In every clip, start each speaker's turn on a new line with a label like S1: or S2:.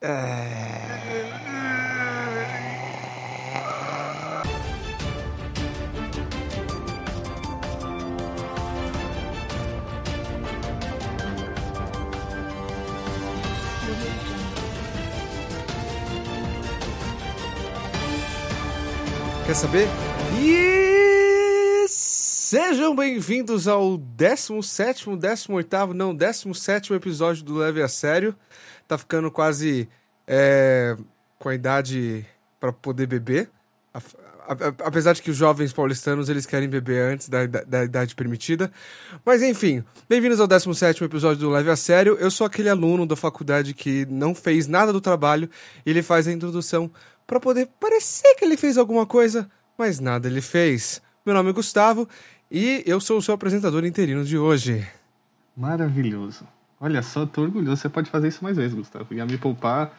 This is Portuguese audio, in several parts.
S1: É. Quer saber? E sejam bem-vindos ao 17, 18, não, 17 episódio do Leve a Sério. Tá ficando quase é, com a idade para poder beber. A- a- a- Apesar de que os jovens paulistanos eles querem beber antes da, ida- da idade permitida. Mas enfim, bem-vindos ao 17 episódio do Leve a Sério. Eu sou aquele aluno da faculdade que não fez nada do trabalho e ele faz a introdução para poder parecer que ele fez alguma coisa, mas nada ele fez. Meu nome é Gustavo e eu sou o seu apresentador interino de hoje.
S2: Maravilhoso. Olha só, tô orgulhoso. Você pode fazer isso mais vezes, Gustavo. Ia me poupar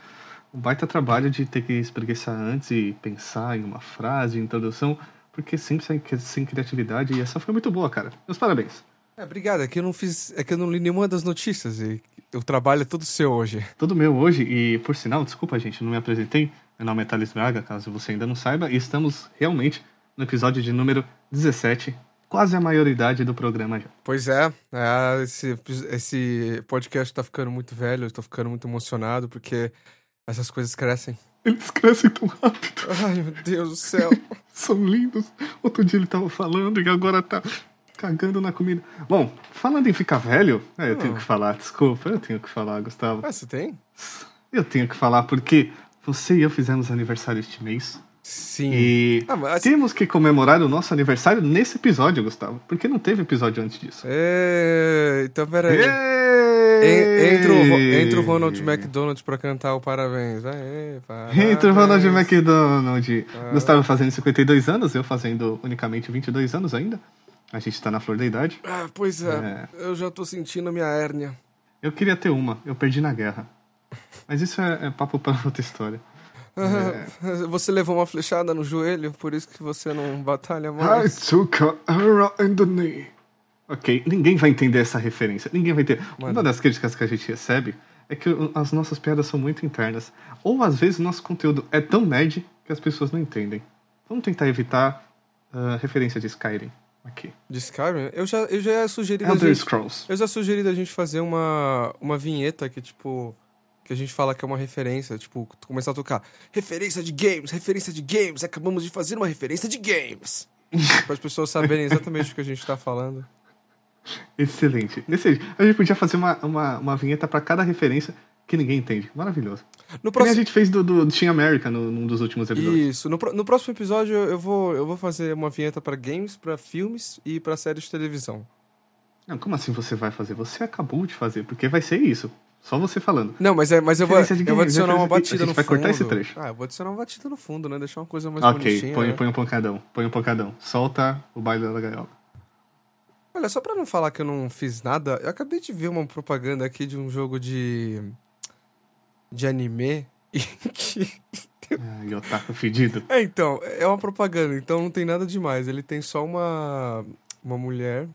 S2: um baita trabalho de ter que espreguiçar antes e pensar em uma frase, introdução, porque sempre sem, sem criatividade e essa foi muito boa, cara. Meus parabéns.
S1: É, obrigado, é que eu não fiz, é que eu não li nenhuma das notícias e o trabalho é todo seu hoje.
S2: Todo meu hoje, e por sinal, desculpa, gente, não me apresentei. Meu nome é Thales Braga, caso você ainda não saiba, e estamos realmente no episódio de número 17, quase a maioridade do programa já.
S1: Pois é, é, esse, esse podcast tá ficando muito velho, eu tô ficando muito emocionado porque essas coisas crescem.
S2: Eles crescem tão rápido.
S1: Ai, meu Deus do céu.
S2: São lindos. Outro dia ele tava falando e agora tá cagando na comida. Bom, falando em ficar velho, é, eu
S1: Ah.
S2: tenho que falar, desculpa, eu tenho que falar, Gustavo.
S1: Ah, você tem?
S2: Eu tenho que falar porque você e eu fizemos aniversário este mês
S1: Sim.
S2: e
S1: Ah, mas...
S2: temos que comemorar o nosso aniversário nesse episódio, Gustavo, porque não teve episódio antes disso.
S1: É, então, peraí. En-
S2: Ei!
S1: Entra o, Ro- entra o Ronald McDonald pra cantar o parabéns. Vai, é, parabéns.
S2: Entra o Ronald McDonald.
S1: Ah.
S2: Gustavo fazendo 52 anos, eu fazendo unicamente 22 anos ainda. A gente tá na flor da idade.
S1: Ah, pois é, Eu já tô sentindo a minha hérnia.
S2: Eu queria ter uma, eu perdi na guerra. Mas isso é, é papo para outra história. É.
S1: Você levou uma flechada no joelho, por isso que você não batalha mais.
S2: Atsuka Ara Andone. Ok, ninguém vai entender essa referência. Ninguém vai ter.
S1: Mano.
S2: Uma das críticas que a gente recebe é que o- as nossas piadas são muito internas. Ou às vezes o nosso conteúdo é tão nerd que as pessoas não entendem. Vamos tentar evitar a referência de Skyrim aqui.
S1: De Skyrim? Eu já, eu já sugeri da
S2: Elder
S1: gente...
S2: Scrolls.
S1: Eu já sugeri da gente fazer uma, uma vinheta que, tipo... Que a gente fala que é uma referência, tipo, começar a tocar. Referência de games, referência de games, acabamos de fazer uma referência de games. Para as pessoas saberem exatamente o que a gente tá falando.
S2: Excelente. Excelente. A gente podia fazer uma, uma, uma vinheta para cada referência que ninguém entende. Maravilhoso.
S1: No
S2: Que nem a
S1: próximo...
S2: gente tá fez do, do Team America no, num dos últimos episódios.
S1: Isso. No, pro- no próximo episódio eu vou, eu vou fazer uma vinheta pra games, pra filmes e pra séries de televisão.
S2: Não, como assim você vai fazer? Você acabou de fazer, porque vai ser isso. Só você falando.
S1: Não, mas, é, mas eu, vou,
S2: Referência de
S1: eu vou
S2: games,
S1: adicionar uma
S2: referência de-
S1: batida
S2: a
S1: no
S2: gente
S1: fundo.
S2: vai cortar esse trecho.
S1: Ah, eu vou adicionar uma batida no fundo, né? Deixar uma coisa mais
S2: ok,
S1: bonitinha.
S2: põe,
S1: né?
S2: põe um pancadão. Põe um pancadão. Solta o baile da gaiola.
S1: Olha, só pra não falar que eu não fiz nada, eu acabei de ver uma propaganda aqui de um jogo de. de anime. e que-
S2: Ai, otaku fedido.
S1: É, então, é uma propaganda, então não tem nada demais. Ele tem só uma. uma mulher.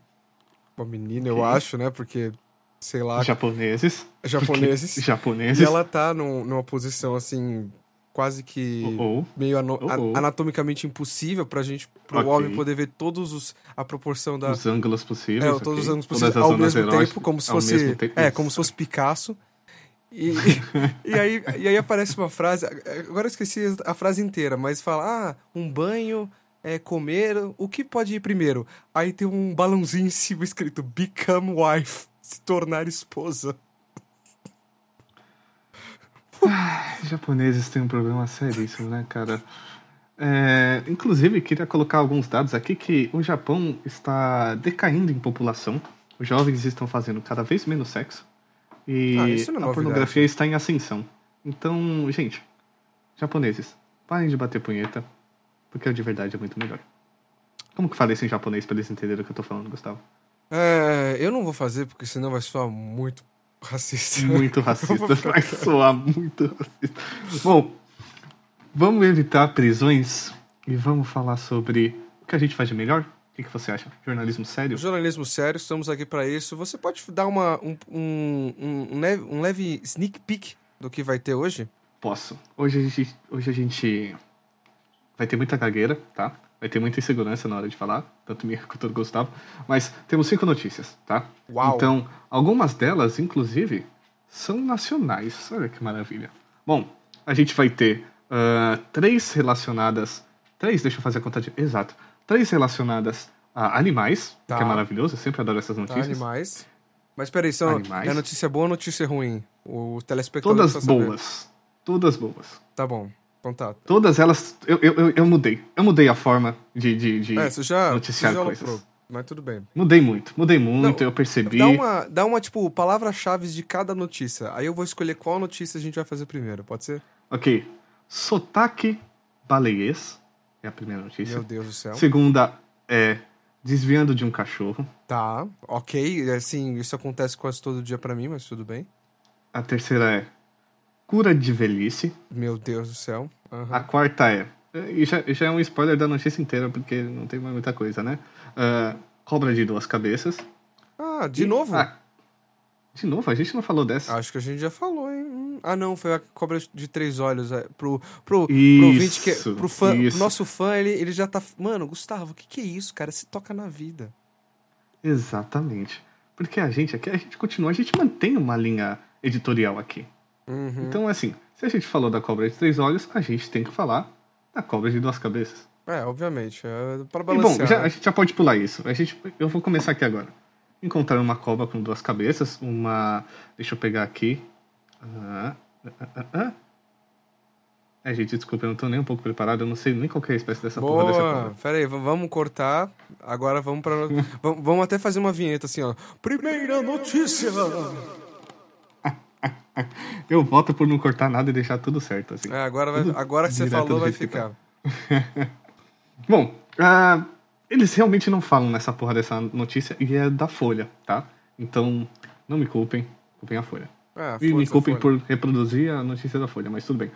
S1: Uma menina, eu
S2: Ok.
S1: acho, né? Porque, sei lá,
S2: Japoneses.
S1: japoneses.
S2: Japoneses.
S1: E ela tá num- numa posição assim, quase que.
S2: Oh,
S1: Meio ano-
S2: Oh,
S1: a-
S2: oh.
S1: anatomicamente impossível pra gente, pro
S2: Ok.
S1: homem poder ver todos os. a proporção
S2: oh,
S1: da,
S2: os ângulos possíveis.
S1: É, todos os
S2: ok.
S1: anos
S2: Todas
S1: possíveis
S2: as
S1: ao
S2: zonas
S1: mesmo
S2: erógenas,
S1: tempo, como se
S2: ao
S1: fosse.
S2: mesmo tempo.
S1: É, como se fosse Picasso. E, e, aí, e aí aparece uma frase. Agora eu esqueci a frase inteira, mas fala: ah, um banho, é, comer, o que pode ir primeiro? Aí tem um balãozinho em cima escrito Become Wife, se tornar esposa.
S2: Japoneses têm um problema seríssimo, né, cara? É, inclusive, queria colocar alguns dados aqui que o Japão está decaindo em população. Os jovens estão fazendo cada vez menos sexo. E
S1: Ah, isso não é
S2: a
S1: novidade.
S2: pornografia está em ascensão. Então, gente, japoneses, parem de bater punheta, porque o de verdade é muito melhor. Como que eu falei isso em japonês pra eles entenderem o que eu tô falando, Gustavo?
S1: É, eu não vou fazer, porque senão vai soar muito racista.
S2: Muito racista. Vai soar muito racista. Bom, vamos evitar prisões e vamos falar sobre o que a gente faz de melhor? O que que você acha? Jornalismo sério?
S1: Jornalismo sério, estamos aqui para isso. Você pode dar uma, um, um, um, um leve, um leve sneak peek do que vai ter hoje?
S2: Posso. Hoje a gente, hoje a gente vai ter muita cagueira, tá? Vai ter muita insegurança na hora de falar, tanto minha quanto do Gustavo. Mas temos cinco notícias, tá?
S1: Uau.
S2: Então, algumas delas, inclusive, são nacionais. Olha que maravilha. Bom, a gente vai ter ah, três relacionadas. Três, deixa eu fazer a contagem. Exato. Três relacionadas a animais,
S1: Tá.
S2: que é maravilhoso, eu sempre adoro essas
S1: Tá,
S2: notícias.
S1: animais. Mas peraí, são,
S2: Animais.
S1: é notícia boa ou notícia ruim? O telespectador
S2: Todas
S1: precisa saber.
S2: boas. Todas boas.
S1: Tá bom. Então tá.
S2: Todas elas. Eu, eu, eu, eu mudei. Eu mudei a forma de. de, de-
S1: É, você já, você já
S2: Noticiar coisas.
S1: aloprou, mas tudo bem.
S2: Mudei muito, mudei muito,
S1: Não,
S2: eu percebi.
S1: Dá uma, dá uma tipo, palavra-chave de cada notícia. Aí eu vou escolher qual notícia a gente vai fazer primeiro, pode ser?
S2: Ok. Sotaque baleiês é a primeira notícia.
S1: Meu Deus do céu.
S2: Segunda é desviando de um cachorro.
S1: Tá, ok. Assim, isso acontece quase todo dia pra mim, mas tudo bem.
S2: A terceira é cura de velhice.
S1: Meu Deus do céu. Aham.
S2: A quarta é. E já, já é um spoiler da notícia inteira, porque não tem mais muita coisa, né? Ah, cobra de duas cabeças.
S1: Ah, de
S2: E
S1: novo? Ah,
S2: a- de novo? A gente não falou dessa.
S1: Acho que a gente já falou, hein? Hum. Ah, não, foi a cobra de três olhos. É, pro, pro, pro ouvinte que. é-
S2: Isso,
S1: Pro, fã, pro
S2: isso.
S1: nosso fã, ele, ele já tá. Mano, Gustavo, o que, que é isso, cara? Se toca na vida.
S2: Exatamente. Porque a gente aqui, a gente continua, a gente mantém uma linha editorial aqui.
S1: Uhum.
S2: Então, assim, se a gente falou da cobra de três olhos, a gente tem que falar da cobra de duas cabeças.
S1: É, obviamente. É pra
S2: E bom,
S1: balancear.
S2: já-
S1: né?
S2: a gente já pode pular isso. A gente, eu vou começar aqui agora. Encontrar uma cobra com duas cabeças, uma. Deixa eu pegar aqui. Ah, ah, ah, ah. É, gente, desculpa, eu não tô nem um pouco preparado, eu não sei nem qual que é a espécie dessa porra dessa
S1: Boa,
S2: cobra.
S1: pera aí, v- vamos cortar. Agora vamos pra. vam- vamos até fazer uma vinheta assim, ó. Primeira notícia!
S2: Eu voto por não cortar nada e deixar tudo certo, assim.
S1: É, agora, vai- agora que você
S2: Direto
S1: falou,
S2: do
S1: vai
S2: jeito que tá.
S1: ficar.
S2: Bom, ah, eles realmente não falam nessa porra dessa notícia e é da Folha, tá? Então, não me culpem, culpem a Folha.
S1: É,
S2: E me
S1: força,
S2: culpem
S1: força.
S2: por reproduzir a notícia da Folha, mas tudo bem.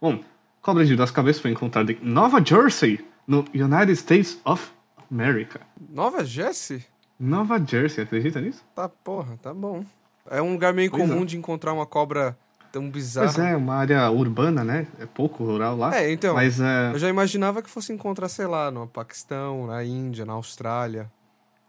S2: Bom, cobra de duas cabeças foi encontrada em Nova Jersey, no United States of America.
S1: Nova Jesse?
S2: Nova Jersey, acredita nisso?
S1: Tá, porra, tá bom. É um lugar meio
S2: Pois
S1: comum
S2: é.
S1: de encontrar uma cobra tão
S2: Pois
S1: bizarra.
S2: é, uma área urbana, né? É pouco rural lá.
S1: É, então.
S2: Mas é,
S1: Eu já imaginava que fosse encontrar, sei lá, no Paquistão, na Índia, na Austrália.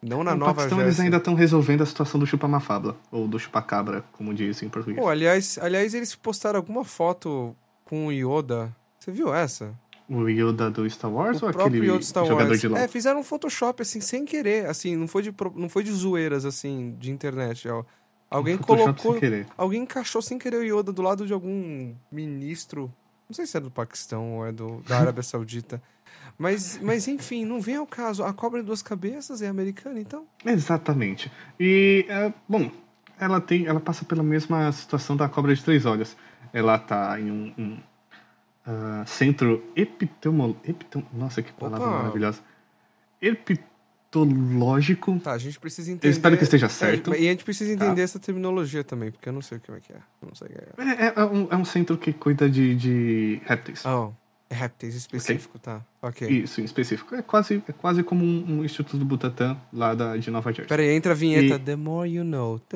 S1: Não na
S2: no
S1: Nova
S2: Paquistão tá eles
S1: Jersey.
S2: ainda estão resolvendo a situação do chupamafabla, ou do chupacabra, como diz em português.
S1: Pô, aliás, aliás, eles postaram alguma foto com o Yoda. Você viu essa?
S2: O Yoda do Star Wars
S1: o
S2: ou
S1: próprio
S2: aquele
S1: Yoda Star
S2: jogador
S1: Wars.
S2: de LoL?
S1: É, fizeram um Photoshop assim, sem querer, assim, não foi de, pro- não foi de zoeiras, assim, de internet. ó. Alguém
S2: Photoshop
S1: colocou,
S2: sem querer.
S1: alguém encaixou sem querer o Yoda do lado de algum ministro, não sei se é do Paquistão ou é do, da Arábia Saudita. Mas, mas enfim, não vem ao caso. A cobra de duas cabeças é americana, então?
S2: Exatamente. E, é, bom, ela tem, ela passa pela mesma situação da cobra de três olhos. Ela tá em um, um, ah, centro epidemiológico. Nossa, que palavra
S1: Opa.
S2: maravilhosa. Epitológico.
S1: Tá, a gente precisa entender.
S2: Eu espero que esteja certo.
S1: É, e a gente precisa
S2: Tá.
S1: entender essa terminologia também, porque eu não sei como é que é. Não sei o que é.
S2: É, é- é um, é um centro que cuida de, de répteis.
S1: Oh, é répteis específico, tá. Ok.
S2: Isso, em específico. É quase, é quase como um, um instituto do Butantan lá da, de Nova Jersey.
S1: Pera aí, entra a vinheta.
S2: E-
S1: The more you know.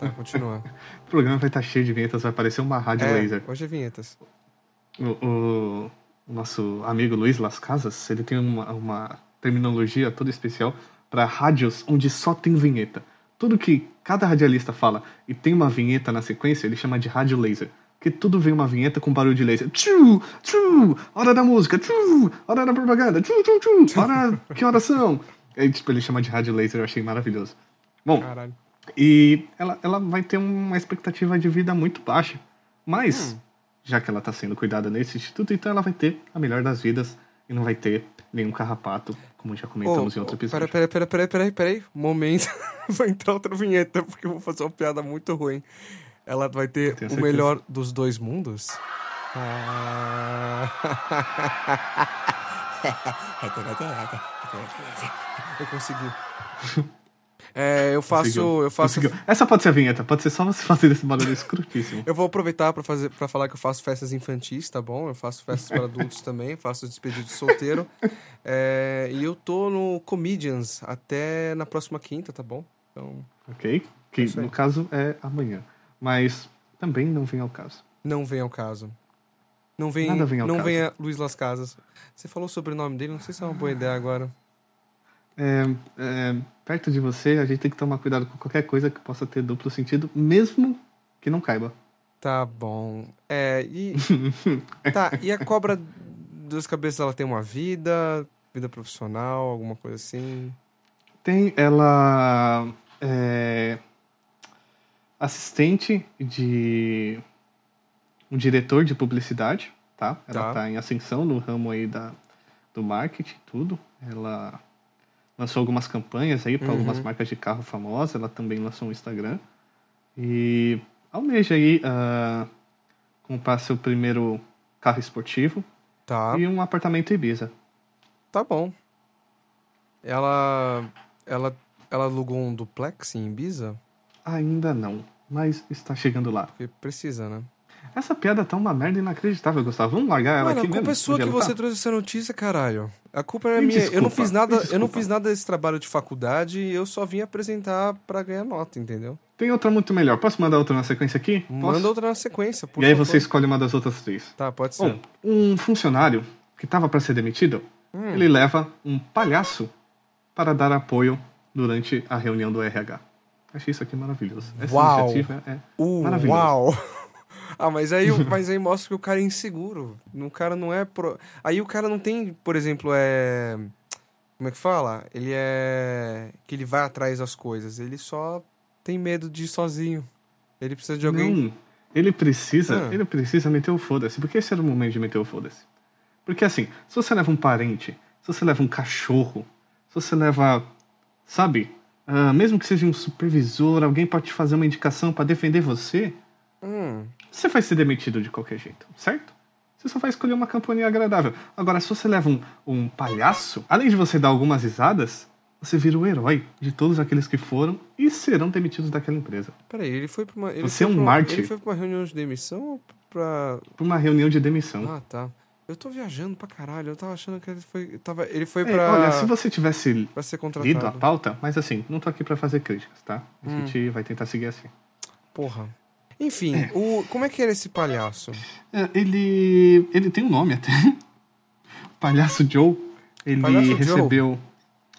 S1: Tá, continua.
S2: O programa vai estar cheio de vinhetas, vai aparecer uma rádio
S1: É,
S2: laser.
S1: hoje é vinhetas.
S2: O, o- o nosso amigo Luiz Las Casas, ele tem uma, uma terminologia toda especial para rádios onde só tem vinheta. Tudo que cada radialista fala e tem uma vinheta na sequência, ele chama de rádio laser. Porque tudo vem uma vinheta com barulho de laser. Tchu, tchu, hora da música, tchu, hora da propaganda, tchu, tchu, tchu, hora, que horas são? Aí, tipo, ele chama de rádio laser, eu achei maravilhoso. Bom,
S1: Caralho.
S2: e ela, ela vai ter uma expectativa de vida muito baixa. Mas,
S1: Hum.
S2: já que ela está sendo cuidada nesse instituto, então ela vai ter a melhor das vidas e não vai ter nenhum carrapato, como já comentamos em outro episódio.
S1: pera, pera, pera, pera, pera, pera aí. Um Momento. vai entrar outra vinheta, porque eu vou fazer uma piada muito ruim. Ela vai ter
S2: Tenho
S1: o
S2: certeza.
S1: melhor dos dois mundos? Ah. eu consegui. É, eu faço.
S2: Conseguiu,
S1: Eu faço.
S2: conseguiu. Essa pode ser a vinheta, pode ser só você fazer esse barulho escrutíssimo.
S1: Eu vou aproveitar pra fazer para falar que eu faço festas infantis, tá bom? Eu faço festas para adultos também, faço despedida de solteiro. É, e eu tô no Comedians até na próxima quinta, tá bom? Então,
S2: Ok? Que
S1: Isso aí.
S2: no caso é amanhã. Mas Também não vem ao caso.
S1: Não vem ao caso. Não vem,
S2: Nada vem ao
S1: não
S2: caso.
S1: vem a Luiz Las Casas. Você falou sobre o sobrenome dele, não sei se é uma boa ideia agora.
S2: É, é, perto de você, a gente tem que tomar cuidado com qualquer coisa que possa ter duplo sentido, mesmo que não caiba.
S1: Tá bom. É, e. tá, e a cobra dos cabeças, ela tem uma vida? Vida profissional, alguma coisa assim?
S2: Tem ela é, assistente de um diretor de publicidade, tá? Ela
S1: Tá.
S2: tá, em ascensão no ramo aí da, do marketing, e tudo. Ela lançou algumas campanhas aí para
S1: Uhum.
S2: algumas marcas de carro famosas. Ela também lançou um Instagram e almeja aí ah, comprar seu primeiro carro esportivo
S1: Tá.
S2: e um apartamento em Ibiza.
S1: Tá bom. Ela. Ela. Ela alugou um duplex em Ibiza?
S2: Ainda não, mas está chegando lá.
S1: Porque precisa, né?
S2: Essa piada tá uma merda inacreditável, Gustavo. Vamos largar ela
S1: Mano,
S2: aqui
S1: a culpa
S2: mesmo?
S1: é sua
S2: onde
S1: que
S2: ela
S1: você
S2: tá?
S1: trouxe essa notícia, caralho. A culpa é
S2: Me
S1: minha. eu não
S2: desculpa,
S1: fiz
S2: me
S1: nada, eu não
S2: desculpa.
S1: fiz nada desse trabalho de faculdade e eu só vim apresentar pra ganhar nota, entendeu?
S2: Tem outra muito melhor. Posso mandar outra na sequência aqui? Posso?
S1: Manda outra na sequência, por
S2: E aí
S1: favor.
S2: você escolhe uma das outras três.
S1: Tá, pode ser.
S2: Bom, um funcionário que tava para ser demitido,
S1: Hum.
S2: ele leva um palhaço para dar apoio durante a reunião do RH. Achei isso aqui maravilhoso. Essa
S1: Uau.
S2: iniciativa é
S1: Uh,
S2: Maravilhoso.
S1: uau! Ah, mas aí, mas aí mostra que o cara é inseguro. O cara não é. Pro... Aí o cara não tem, por exemplo, é. Como é que fala? Ele é. Que ele vai atrás das coisas. Ele só tem medo de ir sozinho. Ele precisa de alguém.
S2: Não, ele precisa,
S1: Ah.
S2: ele precisa meter o foda-se. Porque esse era o momento de meter o foda-se. Porque assim, se você leva um parente, se você leva um cachorro, se você leva, sabe, ah, mesmo que seja um supervisor, alguém pode te fazer uma indicação pra defender você,
S1: Hum,
S2: você vai ser demitido de qualquer jeito, certo? Você só vai escolher uma companhia agradável. Agora, se você leva um, um palhaço, além de você dar algumas risadas, você vira o herói de todos aqueles que foram e serão demitidos daquela empresa.
S1: peraí, ele foi pra uma. Ele
S2: Você é
S1: foi
S2: um
S1: pra
S2: mártir.
S1: Ele foi pra uma reunião de demissão ou pra.
S2: Por uma reunião de demissão.
S1: Ah, tá. Eu tô viajando pra caralho. Eu tava achando que ele foi. Tava... Ele foi
S2: É,
S1: pra.
S2: Olha, se você tivesse
S1: Pra ser
S2: lido a
S1: contratado.
S2: pauta, mas assim, não tô aqui pra fazer críticas, tá? A
S1: Hum.
S2: gente vai tentar seguir assim.
S1: Porra. Enfim, o... como é que era esse palhaço?
S2: É, ele. ele tem um nome até. Palhaço Joe. Ele
S1: Palhaço Joe.
S2: recebeu.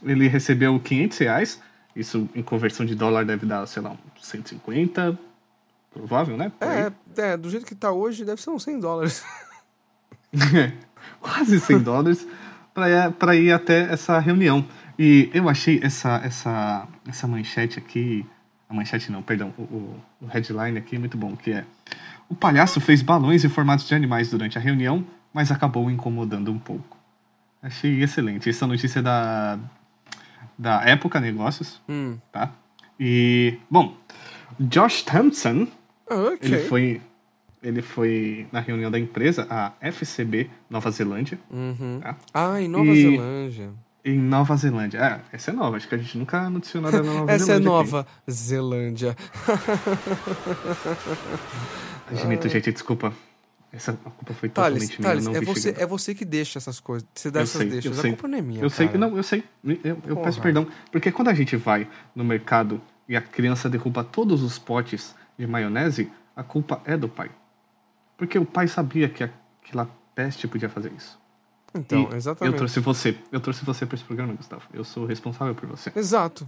S2: Ele recebeu 500 reais. Isso em conversão de dólar deve dar, sei lá, uns 150. Provável, né? Por aí.
S1: É, é, do jeito que tá hoje, deve ser uns 100 dólares.
S2: Quase 100 dólares pra- pra ir até essa reunião. E eu achei essa, essa, essa manchete aqui. A manchete não, perdão. O, o- o headline aqui é muito bom, que é... O palhaço fez balões em formatos de animais durante a reunião, mas acabou incomodando um pouco. Achei excelente. Essa notícia é da, da Época Negócios,
S1: Hum.
S2: tá? E, bom, Josh Thompson,
S1: Ah,
S2: ele
S1: ok.
S2: foi... Ele foi na reunião da empresa, a FCB Nova Zelândia,
S1: Uhum.
S2: Tá.
S1: Ah, em Nova
S2: E-
S1: Zelândia.
S2: Em Nova Zelândia. É, essa é nova. Acho que a gente nunca noticiou nada na Nova
S1: Essa é
S2: Zelândia.
S1: Nova Zelândia.
S2: Admito, gente, desculpa. Essa a culpa foi
S1: Ah. Thales,
S2: totalmente
S1: Thales,
S2: minha. eu
S1: é
S2: não vi
S1: você,
S2: chegar.
S1: é você que deixa essas coisas. Você dá
S2: Eu
S1: essas
S2: sei, eu
S1: deixas. A
S2: sei.
S1: culpa não é minha.
S2: Eu sei
S1: cara.
S2: que não, eu sei. Eu, eu
S1: Porra.
S2: peço perdão. Porque quando a gente vai no mercado e a criança derruba todos os potes de maionese, a culpa é do pai. Porque o pai sabia que aquela peste podia fazer isso.
S1: Então,
S2: E
S1: exatamente.
S2: Eu trouxe você. Eu trouxe você para esse programa, Gustavo. Eu sou responsável por você.
S1: Exato.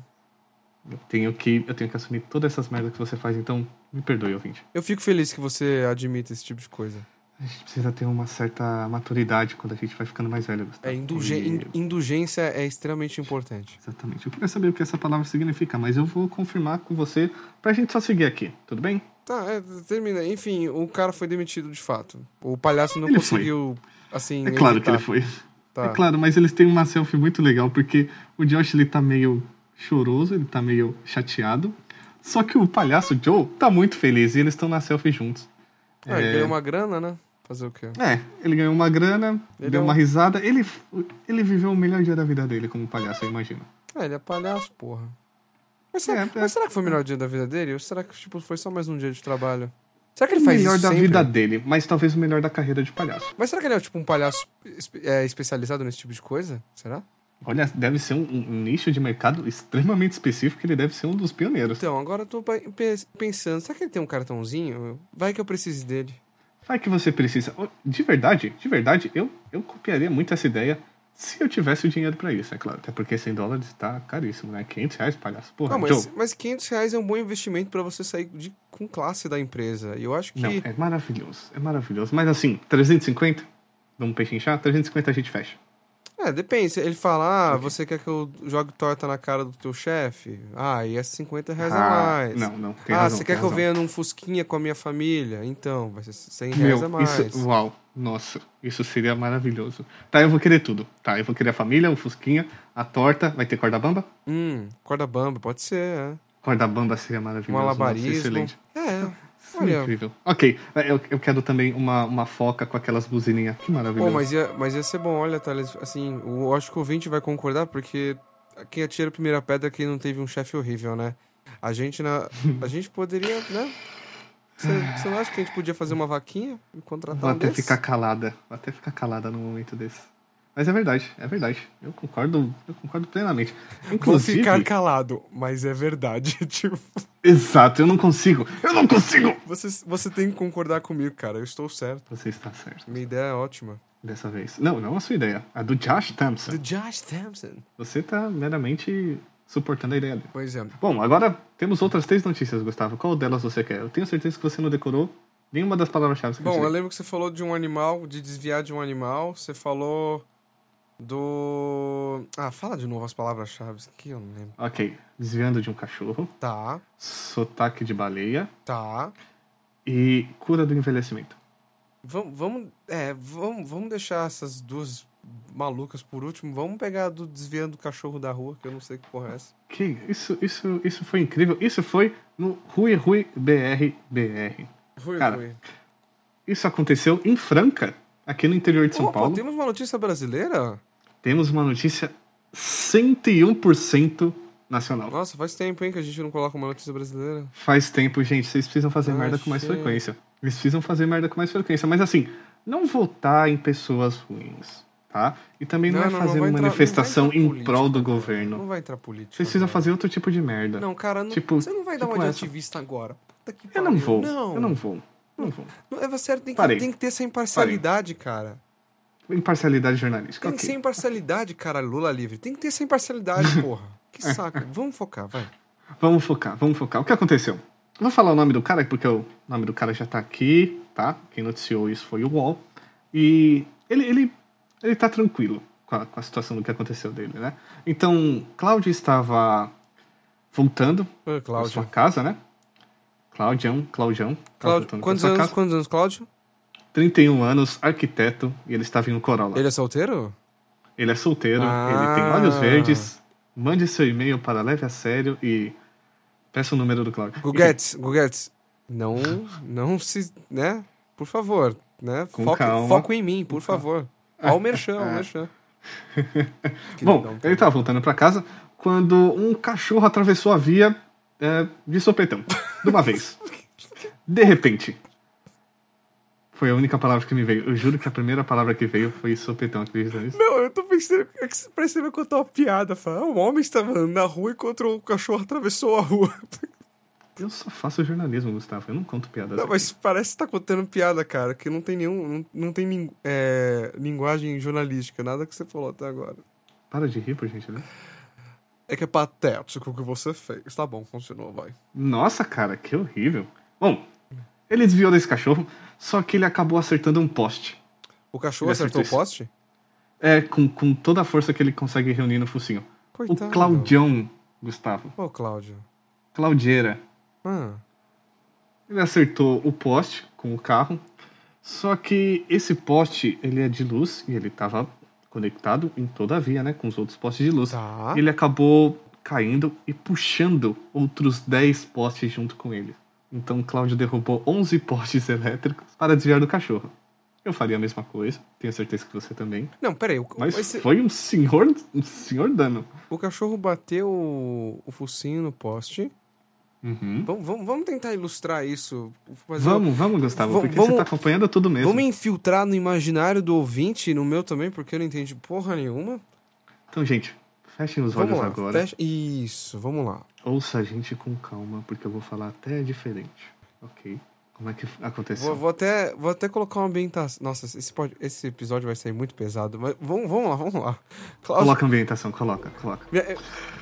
S2: Eu tenho que, eu tenho que assumir todas essas merdas que você faz, então me perdoe, ouvinte.
S1: Eu fico feliz que você admita esse tipo de coisa.
S2: A gente precisa ter uma certa maturidade quando a gente vai ficando mais velho, Gustavo.
S1: É, indulge-
S2: E-
S1: in- Indulgência é extremamente importante.
S2: Exatamente. Eu queria saber o que essa palavra significa, mas eu vou confirmar com você pra gente só seguir aqui, tudo bem?
S1: Tá, é, termina. Enfim, o cara foi demitido de fato. O palhaço não
S2: Ele foi.
S1: conseguiu, assim.
S2: É claro que ele
S1: evitar.
S2: foi.
S1: Tá.
S2: É claro, mas eles têm uma selfie muito legal, porque o Josh ele tá meio choroso, ele tá meio chateado. Só que o palhaço Joe tá muito feliz e eles estão na selfie juntos.
S1: Ah, ele ganhou uma grana, né? Fazer o quê?
S2: É, ele ganhou uma grana,
S1: Ele
S2: deu
S1: é um-
S2: uma risada. Ele, ele viveu o melhor dia da vida dele como palhaço, eu imagino.
S1: Ah, ele é palhaço, porra. Mas será,
S2: É,
S1: mas será que foi o melhor dia da vida dele? Ou será que tipo, foi só mais um dia de trabalho? Será que ele
S2: o
S1: faz
S2: melhor
S1: isso
S2: da
S1: sempre?
S2: vida dele, mas talvez o melhor da carreira de palhaço.
S1: Mas será que ele é tipo um palhaço espe- é, especializado nesse tipo de coisa? Será?
S2: Olha, deve ser um, um nicho de mercado extremamente específico, ele deve ser um dos pioneiros.
S1: Então, agora eu tô pe- pe- pensando, será que ele tem um cartãozinho? Vai que eu precise dele.
S2: Vai que você precisa. Oh, De verdade, de verdade, eu, eu copiaria muito essa ideia se eu tivesse o dinheiro pra isso, é claro. Até porque 100 dólares tá caríssimo, né? 500 reais, palhaço. Porra,
S1: Ah, mas,
S2: Joe.
S1: mas 500 reais é um bom investimento pra você sair de- com classe da empresa. E eu acho que...
S2: Não, é maravilhoso, é maravilhoso. Mas assim, 350? Vamos pechinchar? 350 a gente fecha.
S1: É, depende. Se Ele fala, ah, você quer que eu jogue torta na cara do teu chefe? Ah, e é 50 reais a mais.
S2: Não, não, tem
S1: ah,
S2: razão.
S1: você
S2: tem
S1: quer que eu
S2: razão.
S1: venha num fusquinha com a minha família? Então, vai ser 100 reais a
S2: Meu,
S1: mais.
S2: isso, uau, nossa, isso seria maravilhoso. Tá, eu vou querer tudo. Tá, eu vou querer a família, o Fusquinha, a torta, vai ter corda bamba?
S1: Hum, corda bamba, pode ser, é.
S2: Corda bamba seria maravilhoso.
S1: Um
S2: nossa,
S1: alabarismo.
S2: excelente.
S1: É.
S2: Isso é
S1: Olha.
S2: Incrível. Ok, eu, eu quero também uma, uma foca com aquelas buzininhas. Que
S1: Pô,
S2: maravilhoso.
S1: mas ia, mas ia ser bom, olha, Thales, assim, eu acho que o ouvinte vai concordar, porque quem atira a primeira pedra é quem não teve um chefe horrível, né? A gente na. A gente poderia, né? Você você não acha que a gente podia fazer uma vaquinha e contratar
S2: Vou
S1: um
S2: até
S1: desse?
S2: ficar calada. Vou até ficar calada num momento desse. Mas é verdade, é verdade. Eu concordo, eu concordo plenamente.
S1: Vou
S2: Inclusive,
S1: ficar calado, mas é verdade. tipo,
S2: exato, eu não consigo. Eu não consigo.
S1: você, você tem que concordar comigo, cara. Eu estou certo.
S2: Você está certo
S1: Minha ideia é ótima.
S2: dessa vez. Não, não a sua ideia. A do Josh Thompson.
S1: Do Josh Thompson.
S2: Você tá meramente suportando a ideia dele.
S1: Pois é.
S2: Bom, agora temos outras três notícias, Gustavo. Qual delas você quer? Eu tenho certeza que você não decorou nenhuma das palavras-chave que eu
S1: Bom, eu
S2: disse.
S1: lembro que você falou de um animal, de desviar de um animal. Você falou do. Ah, fala de novo as palavras-chave que eu não lembro.
S2: Ok. Desviando de um cachorro.
S1: Tá,
S2: sotaque de baleia
S1: tá.
S2: e cura do envelhecimento.
S1: Vamos, vamos, é, vamos, vamos deixar essas duas malucas por último. Vamos pegar a do desviando o cachorro da rua, que eu não sei que porra é essa.
S2: Que isso, isso, isso foi incrível. Isso foi no Rui Rui BR BR.
S1: Rui,
S2: Cara,
S1: Rui.
S2: Isso aconteceu em Franca, aqui no interior de São
S1: Opa, um
S2: Paulo.
S1: temos uma notícia brasileira?
S2: Temos uma notícia 101% nacional.
S1: Nossa, faz tempo, hein, que a gente não coloca uma notícia brasileira.
S2: Faz tempo, gente, vocês precisam fazer
S1: Ah,
S2: merda com mais
S1: shit.
S2: frequência. Eles precisam fazer merda com mais frequência, mas assim, não votar em pessoas ruins, tá? E também não,
S1: Não,
S2: é
S1: não, não vai
S2: fazer uma
S1: entrar- não vai
S2: manifestação
S1: entrar
S2: em
S1: política,
S2: prol do
S1: cara.
S2: governo.
S1: Não vai entrar política. né?
S2: Vocês precisam
S1: agora.
S2: fazer outro tipo de merda.
S1: Não, cara, não-
S2: Tipo,
S1: você não vai dar
S2: tipo
S1: uma de
S2: essa.
S1: ativista agora. Puta que
S2: Eu não
S1: pariu.
S2: vou.
S1: Não,
S2: Eu não vou. Não vou.
S1: Não, É sério, tem que,
S2: Parei.
S1: tem que ter essa imparcialidade, cara.
S2: Imparcialidade jornalística.
S1: Tem que ser
S2: ok.
S1: imparcialidade, cara, Lula livre. Tem que ter essa imparcialidade, porra. Que
S2: É.
S1: saco. Vamos focar, vai.
S2: Vamos focar, vamos focar. O que aconteceu? Eu Vou falar o nome do cara, porque o nome do cara já tá aqui, tá? Quem noticiou isso foi o UOL. E ele, ele, ele tá tranquilo com a, com a situação do que aconteceu dele, né? Então, Cláudio estava voltando
S1: Ô,
S2: pra sua
S1: Cláudio.
S2: casa, né? Claudião, Claudião. tava
S1: Cláudio,
S2: voltando pra
S1: quantos
S2: sua
S1: anos,
S2: casa.
S1: quantos anos, Cláudio?
S2: 31 anos, arquiteto, e ele estava em um Corolla.
S1: Ele é solteiro?
S2: Ele é solteiro,
S1: Ah.
S2: ele tem olhos verdes. Mande seu e-mail para Leve a Sério e peça o número do Cláudio.
S1: Guguetes, Guguetes, não, não se, né? Por favor, né?
S2: Com
S1: Foco,
S2: calma.
S1: foco em mim, por favor. Ó o merchan, ó o merchan.
S2: Enfim,
S1: um
S2: Bom, ele estava voltando para casa quando um cachorro atravessou a via é, de sopetão, de uma vez. De repente. Foi a única palavra que me veio. Eu juro que a primeira palavra que veio foi sopetão, acredita nisso?
S1: Não, eu tô pensando, é que você parece que eu contar uma piada. Fala, ah, um homem estava andando na rua e encontrou um cachorro atravessou a rua.
S2: Eu só faço jornalismo, Gustavo. Eu não conto piadas.
S1: Não, mas parece que tá contando piada, cara, que não tem nenhum. Não, não tem nin- é, linguagem jornalística, nada que você falou até agora.
S2: Para de rir, por gentileza.
S1: É que é patético o que você fez. Tá bom, continua, vai.
S2: Nossa, cara, que horrível. Bom, ele desviou desse cachorro, só que ele acabou acertando um poste.
S1: O cachorro
S2: Ele
S1: acertou
S2: acertou
S1: o poste?
S2: É, com, com toda a força que ele consegue reunir no focinho.
S1: Coitado.
S2: O Claudião, Gustavo,
S1: Ô, Cláudio.
S2: Claudiera,
S1: Ah,
S2: ele acertou o poste com o carro, só que esse poste, ele é de luz e ele tava conectado em toda a via, né, com os outros postes de luz.
S1: tá.
S2: Ele acabou caindo e puxando outros 10 postes junto com ele. Então o Cláudio derrubou 11 postes elétricos para desviar do cachorro. Eu faria a mesma coisa, tenho certeza que você também.
S1: Não, peraí. O,
S2: Mas
S1: esse-
S2: foi um senhor, um senhor dano.
S1: o cachorro bateu o, o focinho no poste.
S2: Uhum.
S1: Vamos, vamos, vamos tentar ilustrar isso. fazer uma-
S2: Vamos, vamos, Gustavo,
S1: Vam-
S2: porque
S1: vamos-
S2: você tá acompanhando tudo mesmo.
S1: Vamos infiltrar no imaginário do ouvinte e no meu também, porque eu não entendi porra nenhuma.
S2: Então, gente, fechem os olhos
S1: vamos lá.
S2: agora.
S1: fecha- Isso, vamos lá.
S2: Ouça a gente com calma, porque eu vou falar até diferente. Ok? Como é que aconteceu?
S1: Vou, vou até, vou até colocar uma ambientação. Nossa, esse, pod- esse episódio vai ser muito pesado, mas vamos, vamos lá, vamos lá. Cláudio,
S2: Coloca a ambientação, coloca, coloca.
S1: minha- eh,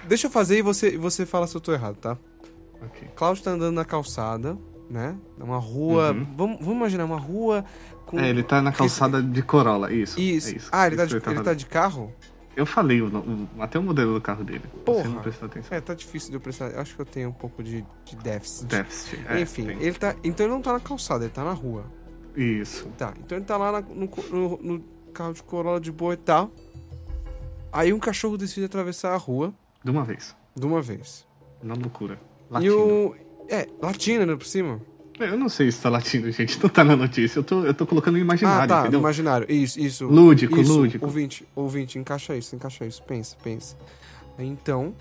S1: deixa eu fazer e você, e você fala se eu tô errado, tá?
S2: Ok.
S1: Cláudio tá andando na calçada, né? Uma rua.
S2: Uhum.
S1: Vamos, vamos imaginar uma rua com.
S2: É, ele tá na
S1: Esse-
S2: calçada de Corolla, isso.
S1: Hum. Isso.
S2: é isso.
S1: Ah, ele tá,
S2: Isso
S1: de,
S2: que
S1: ele tá
S2: falando.
S1: de carro?
S2: Eu falei o no- o- até o modelo do carro dele. Você
S1: Porra.
S2: não prestou atenção.
S1: É, tá difícil de eu prestar. Acho que eu tenho um pouco de, de déficit.
S2: Déficit. é,
S1: Enfim,
S2: tem.
S1: ele tá. Então ele não tá na calçada, ele tá na rua.
S2: Isso.
S1: Tá. Então ele tá lá na- no, co- no- no carro de Corolla de boa e tal. Aí um cachorro decide atravessar a rua
S2: De uma vez.
S1: de uma vez.
S2: Na loucura.
S1: E
S2: Latino.
S1: o. É, latina, né, por cima?
S2: Eu não sei se tá latindo, gente. Não tá na notícia. Eu tô, eu tô colocando no imaginário,
S1: ah, tá,
S2: entendeu?
S1: imaginário. Isso, isso.
S2: Lúdico,
S1: isso,
S2: lúdico.
S1: Ouvinte, ouvinte, encaixa isso, encaixa isso. Pensa, pensa. Então,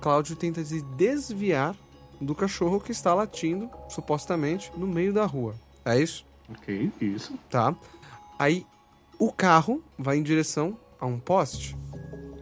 S1: Cláudio tenta se desviar do cachorro que está latindo, supostamente, no meio da rua. É isso?
S2: Ok, isso.
S1: Tá. Aí, o carro vai em direção a um poste.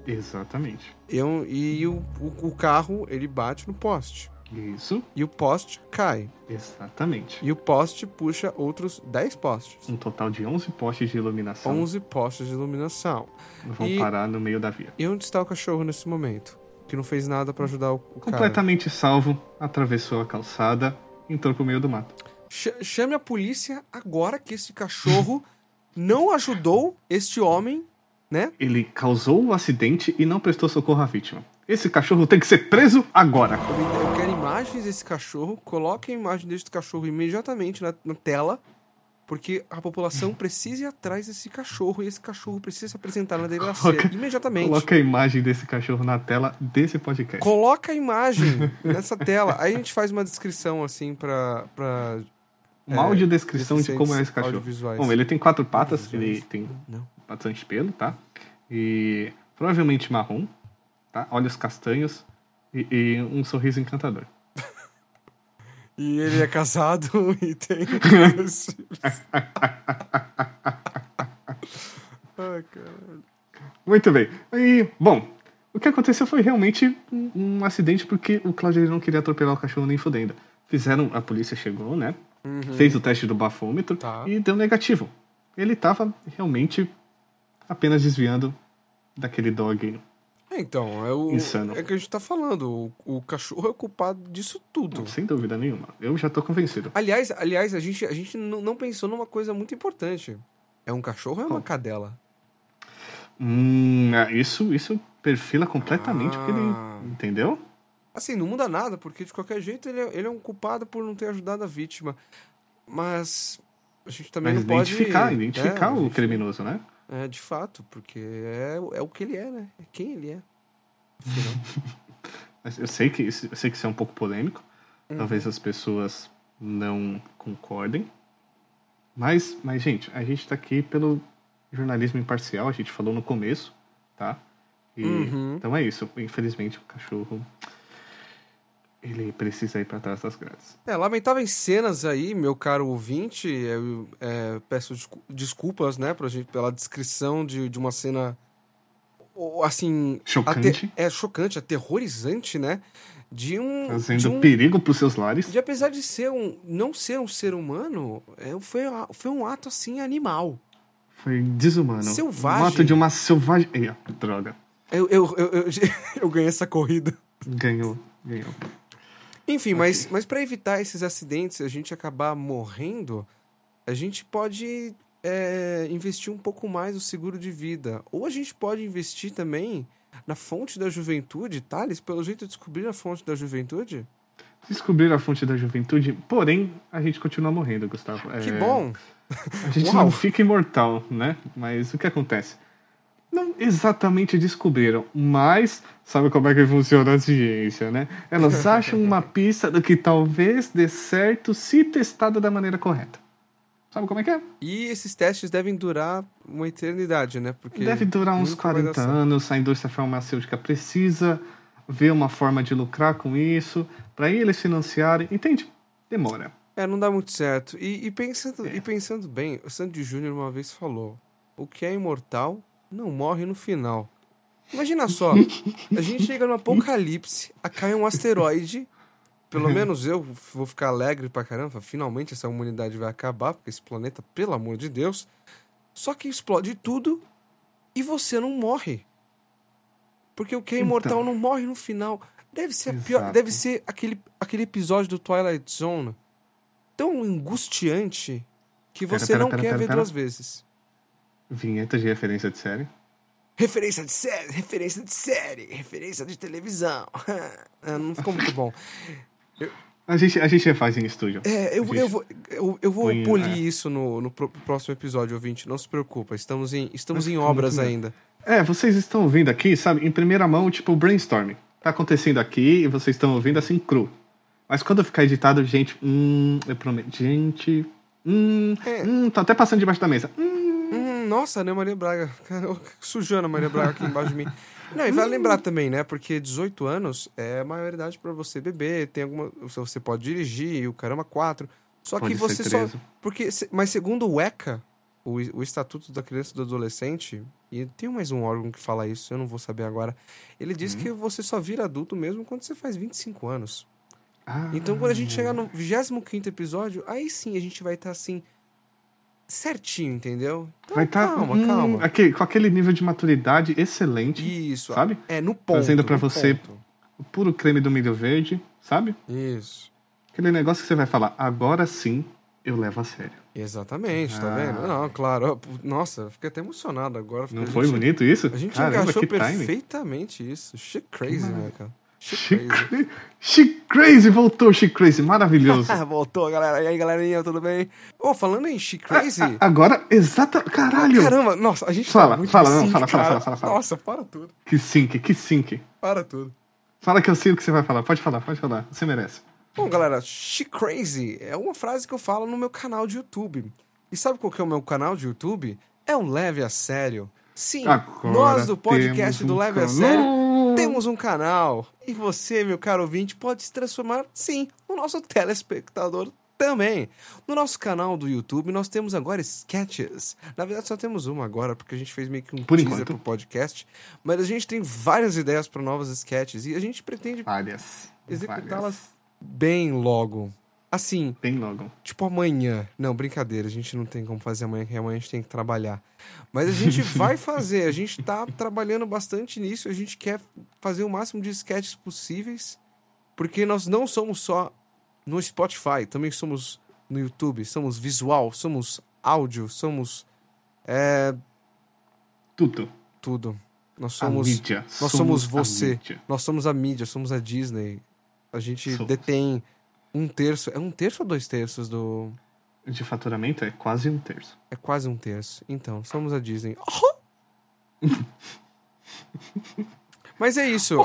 S2: Exatamente.
S1: E, um- e o, o- o carro, ele bate no poste.
S2: Isso.
S1: E o poste cai.
S2: Exatamente.
S1: E o poste puxa outros 10 postes.
S2: Um total de 11 postes de iluminação
S1: 11 postes de iluminação.
S2: vão
S1: e-
S2: parar no meio da via.
S1: E onde está o cachorro nesse momento? Que não fez nada pra ajudar o, o cara.
S2: Completamente salvo, atravessou a calçada, entrou pro meio do mato.
S1: Ch- chame a polícia agora que esse cachorro não ajudou este homem, né?
S2: Ele causou o acidente e não prestou socorro à vítima. Esse cachorro tem que ser preso agora.
S1: Eu me- eu quero imagens desse cachorro. Coloque a imagem deste cachorro imediatamente na, na tela. Porque a população precisa ir atrás desse cachorro e esse cachorro precisa se apresentar na delegacia
S2: Coloca-
S1: imediatamente.
S2: Coloca a imagem desse cachorro na tela desse podcast.
S1: Coloca a imagem nessa tela. Aí a gente faz uma descrição assim pra. pra
S2: Uma
S1: é,
S2: audiodescrição de como é esse
S1: deficientes
S2: cachorro.
S1: audiovisuais.
S2: Bom, ele tem quatro patas, ele
S1: Audiovisuais.
S2: tem
S1: Não.
S2: patas de pelo, tá? E provavelmente marrom, tá? Olhos castanhos e, e um sorriso encantador.
S1: E ele é casado e tem. dois filhos. Ai, caralho.
S2: Muito bem. E, bom, o que aconteceu foi realmente um, um acidente porque o Cláudio ele não queria atropelar o cachorro nem fudendo. Fizeram, a polícia chegou, né? Fez o teste do bafômetro
S1: Uhum. Tá.
S2: e deu negativo. Ele tava realmente apenas desviando daquele dog.
S1: É, Então, é o.
S2: Insano.
S1: É que a gente tá falando. O, o cachorro é o culpado disso tudo.
S2: Sem dúvida nenhuma. Eu já tô convencido.
S1: Aliás, aliás, a gente, a gente não não pensou numa coisa muito importante. É um cachorro ou é uma
S2: Qual?
S1: cadela?
S2: Hum, ah, isso, isso perfila completamente o que
S1: Ah.
S2: ele. é Entendeu?
S1: Assim, não muda nada, porque de qualquer jeito ele é, ele é um culpado por não ter ajudado a vítima. Mas a gente também
S2: Mas
S1: não pode.
S2: identificar, identificar
S1: é,
S2: o criminoso, né?
S1: É, de fato, porque é, o- é o que ele é, né? É quem ele é. Afinal.
S2: Mas Eu sei que isso, eu sei que isso é um pouco polêmico.
S1: Uhum.
S2: Talvez as pessoas não concordem. Mas, mas gente, a gente tá aqui pelo jornalismo imparcial, a gente falou no começo, tá? E,
S1: Uhum.
S2: Então é isso. Infelizmente o cachorro ele precisa ir pra trás das grades.
S1: É, lamentáveis cenas aí, meu caro ouvinte. Eu é, peço descu- desculpas, né, pra gente, pela descrição de, de uma cena o- assim. ate-
S2: Chocante,
S1: é chocante, aterrorizante, né? De um. de
S2: trazendo
S1: um-
S2: perigo pros seus lares.
S1: de apesar de ser um, não ser um ser humano, é, foi, a- foi um ato assim animal.
S2: Foi desumano.
S1: Selvagem.
S2: Um ato de uma selvagem. Ia, droga.
S1: Eu, eu, eu, eu, eu ganhei essa corrida.
S2: Ganhou. Ganhou.
S1: Enfim, mas, mas para evitar esses acidentes, a gente acabar morrendo, a gente pode é, investir um pouco mais no seguro de vida. Ou a gente pode investir também na fonte da juventude, Thales, pelo jeito descobrir a fonte da juventude.
S2: Descobrir a fonte da juventude, porém, a gente continua morrendo, Gustavo. É,
S1: Que bom!
S2: A gente
S1: Uau.
S2: não fica imortal, né? Mas o que acontece? Não exatamente descobriram, mas sabe como é que funciona a ciência, né? Elas acham uma pista do que talvez dê certo se testada da maneira correta. Sabe como é que é?
S1: E esses testes devem durar uma eternidade, né? Porque
S2: Deve durar uns
S1: nunca vai dar
S2: 40
S1: certo.
S2: anos, a indústria farmacêutica precisa ver uma forma de lucrar com isso, para eles financiarem, entende? Demora.
S1: É, não dá muito certo. E, e pensando,
S2: É.
S1: e pensando bem, o Sandy Júnior uma vez falou: o que é imortal não morre no final. Imagina só, a gente chega no apocalipse, a- cai um asteroide. Pelo menos eu vou ficar alegre pra caramba. Finalmente essa humanidade vai acabar, porque esse planeta, pelo amor de Deus. Só que explode tudo e você não morre. Porque o que é imortal
S2: Então.
S1: não morre no final. Deve ser, a
S2: Exato.
S1: pior, deve ser aquele, aquele episódio do Twilight Zone tão angustiante que
S2: Pera,
S1: você
S2: pera,
S1: não
S2: pera,
S1: quer
S2: pera,
S1: ver
S2: pera.
S1: duas vezes.
S2: Vinheta de referência de série.
S1: Referência de série, referência de série, referência de televisão. Ah, não ficou muito bom.
S2: A gente, a gente refaz em estúdio.
S1: É, eu,
S2: Gente,
S1: eu vou, eu, eu vou
S2: põe,
S1: polir
S2: é.
S1: isso no, no pro- próximo episódio, ouvinte. Não se preocupa, estamos em, estamos
S2: Vai
S1: em
S2: ficar
S1: obras
S2: muito
S1: ainda.
S2: É, vocês estão ouvindo aqui, sabe, em primeira mão, tipo, brainstorming. Tá acontecendo aqui e vocês estão ouvindo assim cru. Mas quando ficar editado, gente, hum, eu prometo. Gente, hum,
S1: É.
S2: hum, tá até passando debaixo da mesa. Hum,
S1: Hum, nossa, Ana Maria Braga. Cara, eu- Sujando a Maria Braga aqui embaixo de mim. Não, e vale
S2: Hum.
S1: lembrar também, né? Porque 18 anos é a maioridade pra você beber, tem alguma. Você pode dirigir, o caramba, quatro. Só
S2: pode
S1: que
S2: ser
S1: você só.
S2: preso.
S1: Porque, se- mas segundo o ECA, o, o Estatuto da Criança e do Adolescente, e tem mais um órgão que fala isso, eu não vou saber agora. Ele diz
S2: Uhum.
S1: que você só vira adulto mesmo quando você faz 25 anos.
S2: Ah,
S1: Então, quando a gente chegar no 25 episódio, aí sim a gente vai estar assim, certinho, entendeu? Então,
S2: Vai tá,
S1: calma,
S2: hum,
S1: calma.
S2: aqui, com aquele nível de maturidade excelente,
S1: Isso,
S2: sabe?
S1: é no ponto.
S2: Trazendo pra
S1: no
S2: você-
S1: ponto.
S2: o puro creme do milho verde, sabe?
S1: Isso.
S2: Aquele negócio que você vai falar, agora sim eu levo a sério.
S1: Exatamente, tá
S2: Ah.
S1: vendo? Não, claro. ó, pu- Nossa, fiquei até emocionado agora.
S2: Não
S1: porque a
S2: foi
S1: gente-
S2: bonito isso?
S1: A gente
S2: Caramba,
S1: encaixou
S2: que timing.
S1: perfeitamente isso. Shit crazy,
S2: maravilha.
S1: né, cara?
S2: She,
S1: Shit crazy.
S2: She Crazy voltou, She Crazy, maravilhoso.
S1: Ah, voltou, galera. E aí, galerinha, tudo bem? Ô, falando em
S2: Ah,
S1: shit crazy...
S2: A- agora, exata. Caralho!
S1: Caramba, nossa, a gente
S2: ah, Fala,
S1: tá muito
S2: fala, não,
S1: sync,
S2: fala, fala,
S1: cara.
S2: fala, fala, fala.
S1: Nossa, para tudo,
S2: Que sync, que sync.
S1: para tudo.
S2: Fala que eu sei o que você vai falar. Pode falar, pode falar. Você merece.
S1: Bom, galera, shit crazy é uma frase que eu falo no meu canal de YouTube. E sabe qual que é o meu canal de YouTube? É o Leve a Sério. Sim,
S2: Agora
S1: nós do podcast
S2: temos
S1: do
S2: um
S1: Leve a
S2: canal.
S1: Sério Temos um canal e você, meu caro ouvinte, pode se transformar, sim, no nosso telespectador também. No nosso canal do YouTube, nós temos agora sketches. Na verdade, só temos uma agora, porque a gente fez meio que um
S2: Por
S1: teaser
S2: enquanto.
S1: pro podcast. Mas a gente tem várias ideias para novas sketches e a gente pretende
S2: Várias.
S1: Executá-las.
S2: várias.
S1: bem logo. Assim,
S2: Bem logo.
S1: tipo amanhã. Não, brincadeira, a gente não tem como fazer amanhã, que amanhã a gente tem que trabalhar. Mas a gente vai fazer, a gente tá trabalhando bastante nisso, a gente quer fazer o máximo de sketches possíveis, porque nós não somos só no Spotify, também somos no YouTube, somos visual, somos áudio, somos
S2: Tudo.
S1: tudo. Nós
S2: A
S1: somos,
S2: mídia.
S1: nós somos
S2: a
S1: você.
S2: mídia.
S1: nós somos a mídia, somos a Disney. A gente
S2: Somos.
S1: detém um terço, é um terço ou dois terços do,
S2: De faturamento é quase um terço.
S1: É quase um terço. Então, somos a Disney. Mas é isso.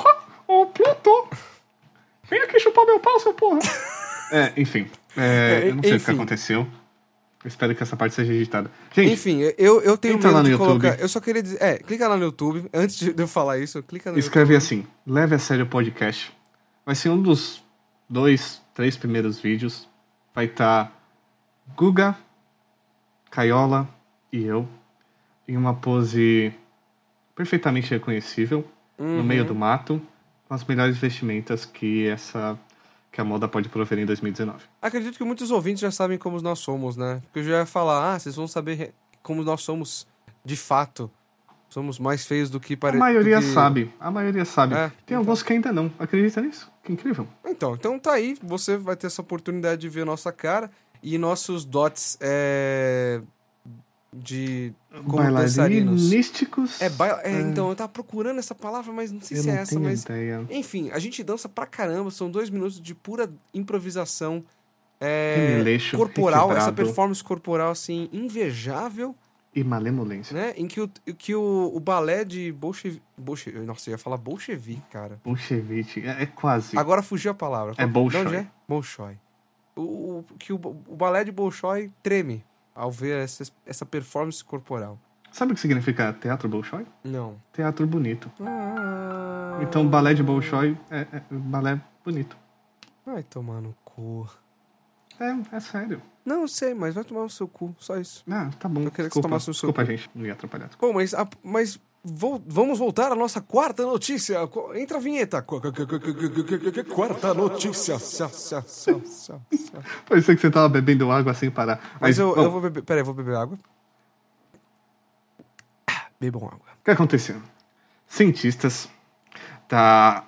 S2: Ô, Pluto! Vem aqui chupar meu pau, seu porra! É, enfim. É,
S1: É,
S2: eu não sei o que
S1: enfim.
S2: aconteceu. Eu espero que essa parte seja editada. Gente,
S1: Enfim, eu, eu tenho
S2: Entra
S1: medo
S2: lá no
S1: de
S2: YouTube.
S1: colocar. Eu só queria dizer. É, clica lá no YouTube. Antes de eu falar isso, clica no
S2: escreve assim: leve a sério o podcast. Vai ser um dos dois, três primeiros vídeos. Vai estar Guga, Caiola e eu em uma pose perfeitamente reconhecível
S1: YouTube.
S2: assim, no
S1: Uhum.
S2: meio do mato com as melhores vestimentas que essa que a moda pode prover em 2019.
S1: Acredito que muitos ouvintes já sabem como nós somos, né? Porque eu já ia falar, ah, vocês vão saber re- como nós somos de fato. Somos mais feios do que
S2: A
S1: parece.
S2: maioria sabe, a maioria sabe.
S1: É,
S2: Tem alguns que ainda não. Acredita nisso? Que incrível.
S1: Então, então tá aí, você vai ter essa oportunidade de ver nossa cara e nossos dots é, de como dançarinos.
S2: Bailarinísticos.
S1: É, baila... é,
S2: É.
S1: então, eu tava procurando essa palavra, mas não sei
S2: Eu
S1: se
S2: não
S1: é essa,
S2: tenho
S1: mas.
S2: ideia.
S1: Enfim, a gente dança pra caramba, são dois minutos de pura improvisação é,
S2: Remeleixo,
S1: corporal, essa
S2: requebrado
S1: performance corporal, assim, invejável,
S2: E malemolência.
S1: né? Em que o, que o, o balé de bolchevique. Bolche... Nossa, eu ia falar bolchevique, cara.
S2: Bolchevique. É, é quase.
S1: Agora fugiu a palavra.
S2: É
S1: Qual-
S2: Bolshoi.
S1: de onde é? Bolshoi. O, o- que o, o balé de Bolshoi treme ao ver essa, essa performance corporal.
S2: Sabe o que significa teatro Bolshoi?
S1: Não.
S2: Teatro bonito.
S1: Ah.
S2: Então, balé de Bolshoi é, é balé bonito.
S1: Vai tomar no cu.
S2: É, é sério.
S1: Não, eu sei, mas vai tomar no seu cu. Só isso.
S2: Ah, tá bom.
S1: Eu queria que você
S2: desculpa,
S1: tomasse um no seu
S2: desculpa,
S1: cu.
S2: gente. Não ia atrapalhar.
S1: Bom, mas, a- mas Vol- vamos voltar à nossa quarta notícia. Co- Entra a vinheta. Qu- qu- qu- qu- qu- qu- Quarta notícia. Sa- sa- sa- sa- sa.
S2: Parecia que você tava bebendo água sem parar.
S1: Mas eu,
S2: bom,
S1: eu vou beber. Peraí, eu vou beber água. Ah, Bebam água.
S2: O que aconteceu? Cientistas da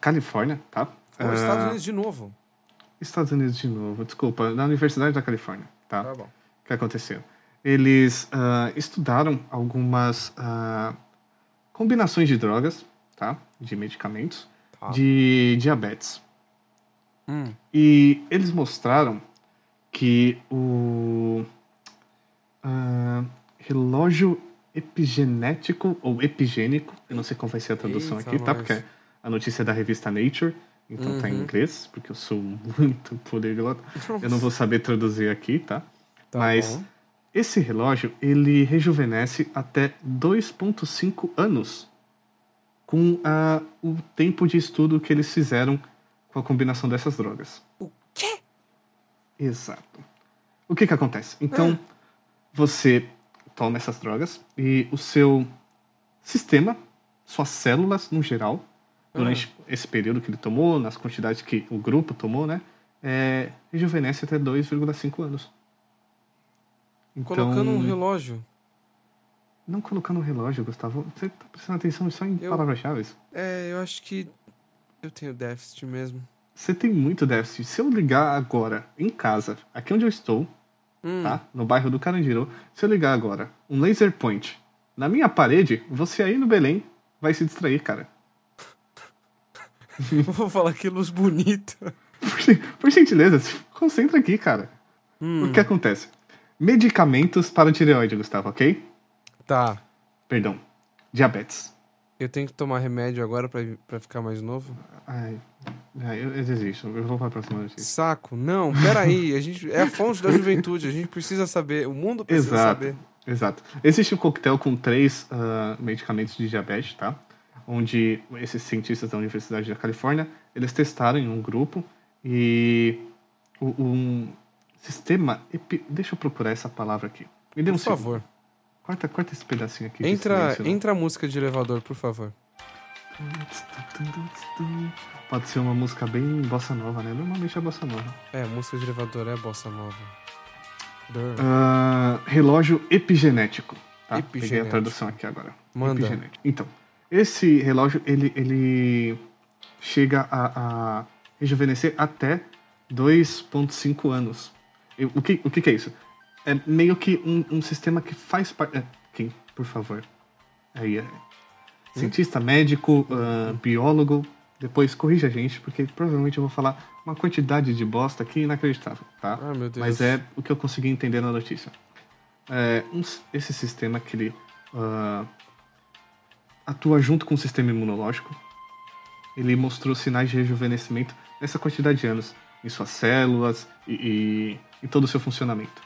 S2: Califórnia, tá?
S1: Pô,
S2: Ah,
S1: Estados Unidos de novo.
S2: Estados Unidos de novo, desculpa, na Universidade da Califórnia, tá?
S1: Tá bom.
S2: O que aconteceu? Eles ah, estudaram algumas ah, combinações de drogas, tá? De medicamentos,
S1: Tá.
S2: de diabetes.
S1: Hum.
S2: E eles mostraram que o ah, relógio epigenético ou epigênico, eu não sei como vai ser a tradução
S1: Eita,
S2: aqui, tá?
S1: nós.
S2: Porque a notícia é da revista Nature, então tá em
S1: Uhum.
S2: inglês, porque eu sou muito poliglota. Eu não vou saber traduzir aqui, tá?
S1: Tá
S2: Mas
S1: bom.
S2: esse relógio, ele rejuvenesce até 2.5 anos com ah, o tempo de estudo que eles fizeram com a combinação dessas drogas.
S1: O quê?
S2: Exato. O que que acontece? Então,
S1: Ah.
S2: você toma essas drogas e o seu sistema, suas células no geral, durante
S1: Ah.
S2: esse período que ele tomou, nas quantidades que o grupo tomou, né? É, rejuvenesce até 2,5 anos. Então,
S1: Colocando um relógio.
S2: não colocando um relógio, Gustavo. Você tá prestando atenção só em
S1: Eu-
S2: palavras-chave?
S1: É, eu acho que eu tenho déficit mesmo.
S2: Você tem muito déficit. Se eu ligar agora, em casa, aqui onde eu estou,
S1: Hum.
S2: tá? No bairro do Carandiru. Se eu ligar agora um laser point na minha parede, você aí no Belém vai se distrair, cara.
S1: Vou falar que luz bonita.
S2: Por, por gentileza, se concentra aqui, cara.
S1: Hum,
S2: O que acontece? Medicamentos para tireoide, Gustavo, ok?
S1: Tá.
S2: Perdão. Diabetes.
S1: Eu tenho que tomar remédio agora pra, pra ficar mais novo?
S2: Ai, ai, eu, eu desisto. Eu vou para a próxima notícia.
S1: Saco. Não, peraí. A gente, é a fonte da juventude. A gente precisa saber. O mundo precisa
S2: Exato.
S1: saber.
S2: Exato. Existe um coquetel com três ah, medicamentos de diabetes, tá? Onde esses cientistas da Universidade da Califórnia, eles testaram em um grupo e o- um sistema... epi- Deixa eu procurar essa palavra aqui. Me dê um
S1: Por
S2: segundo.
S1: favor.
S2: Corta, corta esse pedacinho aqui. de
S1: Entra,
S2: silêncio, né?
S1: entra a música de elevador, por favor.
S2: Pode ser uma música bem bossa nova, né? Normalmente é bossa nova.
S1: É, música de elevador é bossa nova. Dor.
S2: Ah, relógio epigenético. Tá? Peguei a
S1: Epigenético.
S2: tradução aqui agora.
S1: Manda.
S2: Epigenético. Então, esse relógio, ele, ele chega a, a rejuvenescer até 2.5 anos. E o, que, o que que é isso? É meio que um, um sistema que faz parte... é, Quem? Por favor. Aí,
S1: Hum?
S2: é. Cientista, médico, ah, biólogo. Depois corrija a gente, porque provavelmente eu vou falar uma quantidade de bosta aqui inacreditável, tá?
S1: Ah, meu Deus.
S2: Mas é o que eu consegui entender na notícia. É, um s- esse sistema que ele ah, atua junto com o sistema imunológico, ele mostrou sinais de rejuvenescimento nessa quantidade de anos em suas células e, e em todo o seu funcionamento.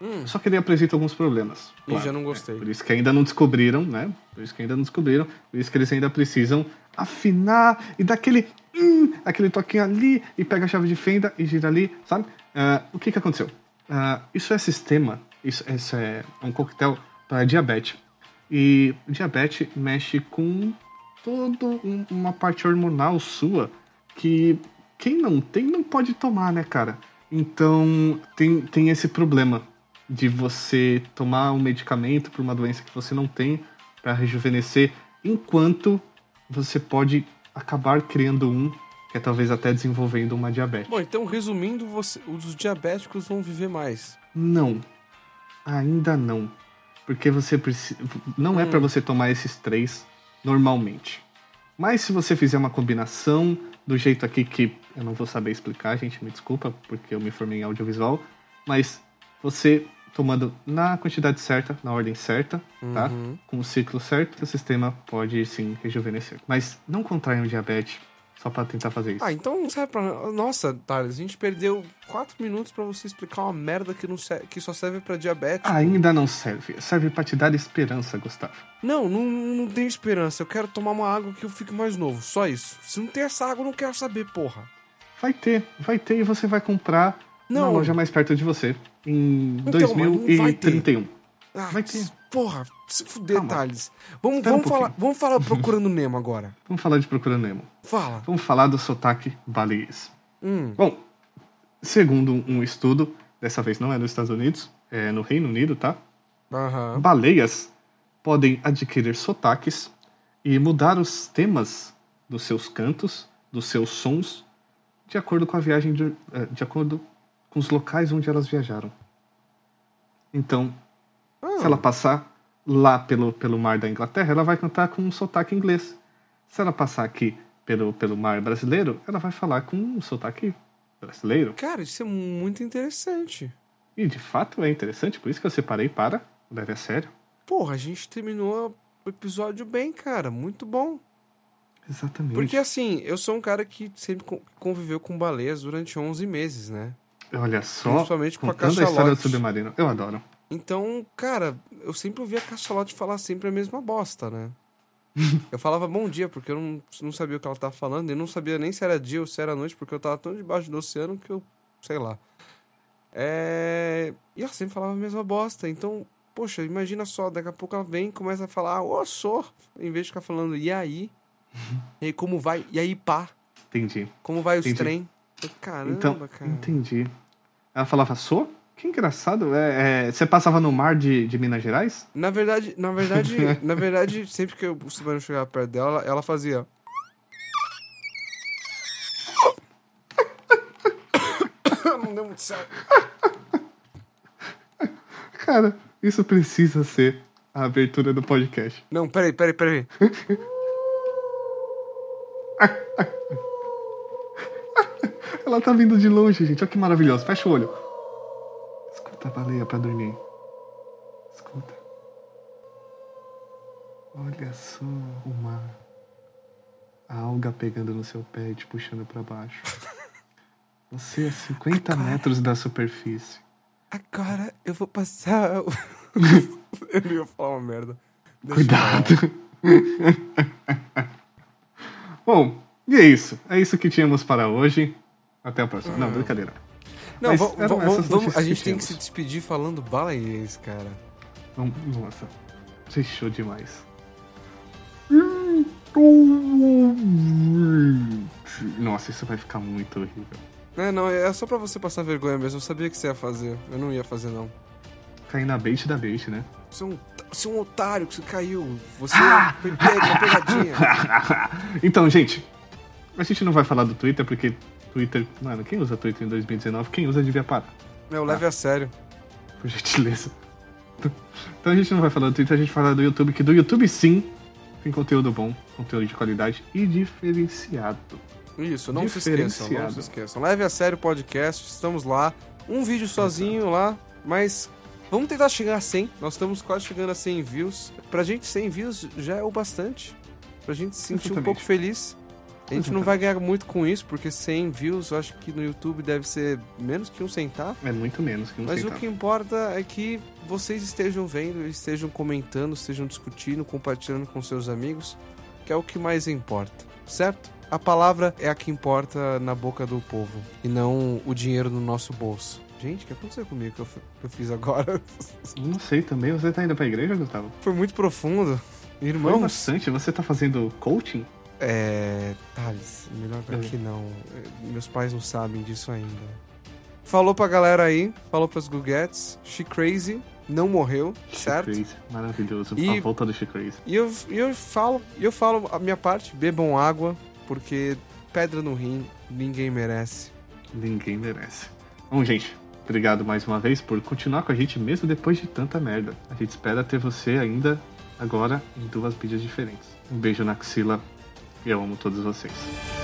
S1: Hum.
S2: Só que ele apresenta alguns problemas.
S1: Ih, já não gostei.
S2: É, por isso que ainda não descobriram, né? Por isso que ainda não descobriram. Por isso que eles ainda precisam afinar e dar aquele, hum, aquele toquinho ali e pega a chave de fenda e gira ali, sabe? Ah, o que que aconteceu? Ah, isso é sistema, isso, isso é um coquetel para diabetes. E diabetes mexe com toda um, uma parte hormonal sua que quem não tem não pode tomar, né, cara? Então tem, tem esse problema de você tomar um medicamento para uma doença que você não tem para rejuvenescer, enquanto você pode acabar criando um que é talvez até desenvolvendo uma diabetes.
S1: Bom, então, resumindo, você- os diabéticos vão viver mais.
S2: Não. Ainda não. Porque você precisa. Não é pra você tomar esses três normalmente. Mas se você fizer uma combinação do jeito aqui que eu não vou saber explicar, gente, me desculpa, porque eu me formei em audiovisual. Mas você tomando na quantidade certa, na ordem certa, tá?
S1: Uhum.
S2: Com o ciclo certo, seu sistema pode sim rejuvenescer. Mas não contraia um diabetes só pra tentar fazer isso.
S1: Ah, então não serve pra. Nossa, Thales, a gente perdeu 4 minutos pra você explicar uma merda que, não serve, que só serve pra diabético.
S2: Ainda não serve. Serve pra te dar esperança, Gustavo.
S1: Não, não, não tenho esperança. Eu quero tomar uma água que eu fique mais novo. Só isso. Se não tem essa água, eu não quero saber, porra.
S2: Vai ter, vai ter e você vai comprar na
S1: Não.
S2: loja mais perto de você em
S1: Então, mas não vai ter.
S2: 2031.
S1: Ah,
S2: Vai ter.
S1: Porra, se fuder,
S2: Calma.
S1: Thales. Vamos,
S2: Espera um
S1: vamos, falar,
S2: pouquinho.
S1: vamos falar Procurando Nemo agora.
S2: Vamos falar de Procurando Nemo.
S1: Fala.
S2: Vamos falar do sotaque baleês.
S1: Hum,
S2: Bom, segundo um estudo, dessa vez não é nos Estados Unidos, é no Reino Unido, tá?
S1: aham.
S2: Baleias podem adquirir sotaques e mudar os temas dos seus cantos, dos seus sons, de acordo com a viagem de, eh, de acordo com os locais onde elas viajaram. Então,
S1: Ah,
S2: se ela passar lá pelo, pelo mar da Inglaterra, ela vai cantar com um sotaque inglês. Se ela passar aqui pelo, pelo mar brasileiro, ela vai falar com um sotaque brasileiro.
S1: Cara, isso é muito interessante.
S2: E de fato é interessante, por isso que eu separei para. Leve a sério.
S1: Porra, a gente terminou o episódio bem, cara. Muito bom.
S2: Exatamente.
S1: Porque assim, eu sou um cara que sempre con- conviveu com baleias durante 11 meses, né?
S2: Olha só,
S1: Principalmente com a
S2: contando a história do
S1: cachalote.
S2: submarino. Eu adoro.
S1: Então, cara, eu sempre ouvia a cachalote falar sempre a mesma bosta, né? Eu falava bom dia, porque eu não, não sabia o que ela tava falando, e não sabia nem se era dia ou se era noite, porque eu tava tão debaixo do oceano que eu, sei lá. É... E ela sempre falava a mesma bosta, então, poxa, imagina só, daqui a pouco ela vem e começa a falar, "Ah, ô, sou, em vez de ficar falando, e aí?
S2: Uhum.
S1: E aí, como vai? E aí, pá?
S2: Entendi.
S1: Como vai os
S2: Entendi.
S1: trem? Eu, Caramba,
S2: então,
S1: cara.
S2: entendi. Ela falava sou? Que engraçado. É, é, você passava no mar de, de Minas Gerais?
S1: Na verdade, na verdade, na verdade, sempre que eu- o Submarino chegava perto dela, ela fazia. Não deu muito certo.
S2: Cara, isso precisa ser a abertura do podcast.
S1: Não, peraí, peraí, peraí.
S2: Ela tá vindo de longe, gente. Olha que maravilhoso. Fecha o olho. Escuta a baleia pra dormir. Escuta. Olha só o mar. A alga pegando no seu pé e te puxando pra baixo. Você a 50
S1: Agora.
S2: metros da superfície.
S1: Agora eu vou passar. o- eu ia falar uma merda. Deixa eu falar.
S2: Cuidado. Bom, e é isso. É isso que tínhamos para hoje. Até a próxima. Não, brincadeira.
S1: Não,
S2: Mas
S1: va- va-
S2: eram
S1: va-
S2: essas
S1: vamos, a
S2: notícias
S1: gente
S2: que
S1: tem que se
S2: tínhamos.
S1: despedir falando baleias, cara.
S2: Não, Nossa, fechou demais. Nossa, isso vai ficar muito horrível.
S1: É, não, é só pra você passar vergonha mesmo. Eu sabia que você ia fazer. Eu não ia fazer, não.
S2: Cair na bait da bait, né?
S1: Você é um, você é um otário que você caiu. Você
S2: Ah!
S1: é foi pego na pegadinha.
S2: então, gente, a gente não vai falar do Twitter porque Twitter. Mano, quem usa Twitter em 2019? Quem usa devia parar,
S1: Meu, leve a sério.
S2: por gentileza. Então a gente não vai falar do Twitter, a gente vai falar do YouTube, que do YouTube sim tem conteúdo bom, conteúdo de qualidade e diferenciado.
S1: Isso, não se esqueçam, não se
S2: Diferenciado.
S1: esqueçam. Leve a sério o podcast, estamos lá. Um vídeo sozinho lá, mas vamos tentar chegar a 100. Nós estamos quase chegando a 100 views. Pra gente, 100 views já é o bastante. Pra gente se sentir um
S2: Exatamente.
S1: pouco feliz. A gente não vai ganhar muito com isso, porque 100 views eu acho que no YouTube deve ser menos que um centavo.
S2: É muito menos que um
S1: Mas o
S2: centavo.
S1: que importa é que vocês estejam vendo, estejam comentando, estejam discutindo, compartilhando com seus amigos, que é o que mais importa, certo? A palavra é a que importa na boca do povo e não o dinheiro no nosso bolso. Gente, o que aconteceu comigo que eu, f- que eu fiz agora?
S2: Não sei também, você tá indo pra igreja, Gustavo?
S1: Foi muito profundo.
S2: Foi
S1: Irmãos,
S2: bastante. Você tá fazendo coaching?
S1: é. Thales, melhor
S2: Hum.
S1: que não. É, Meus pais não sabem disso ainda. Falou pra galera aí, falou pras Guguettes. She Crazy não morreu, certo?
S2: Crazy. Maravilhoso.
S1: E-
S2: A volta do Crazy.
S1: E eu, e eu falo, e eu falo a minha parte, bebam água, porque pedra no rim ninguém merece.
S2: Ninguém merece. Bom, gente, obrigado mais uma vez por continuar com a gente mesmo depois de tanta merda. A gente espera ter você ainda agora em duas mídias diferentes. Um beijo na axila. e Eu amo todos vocês.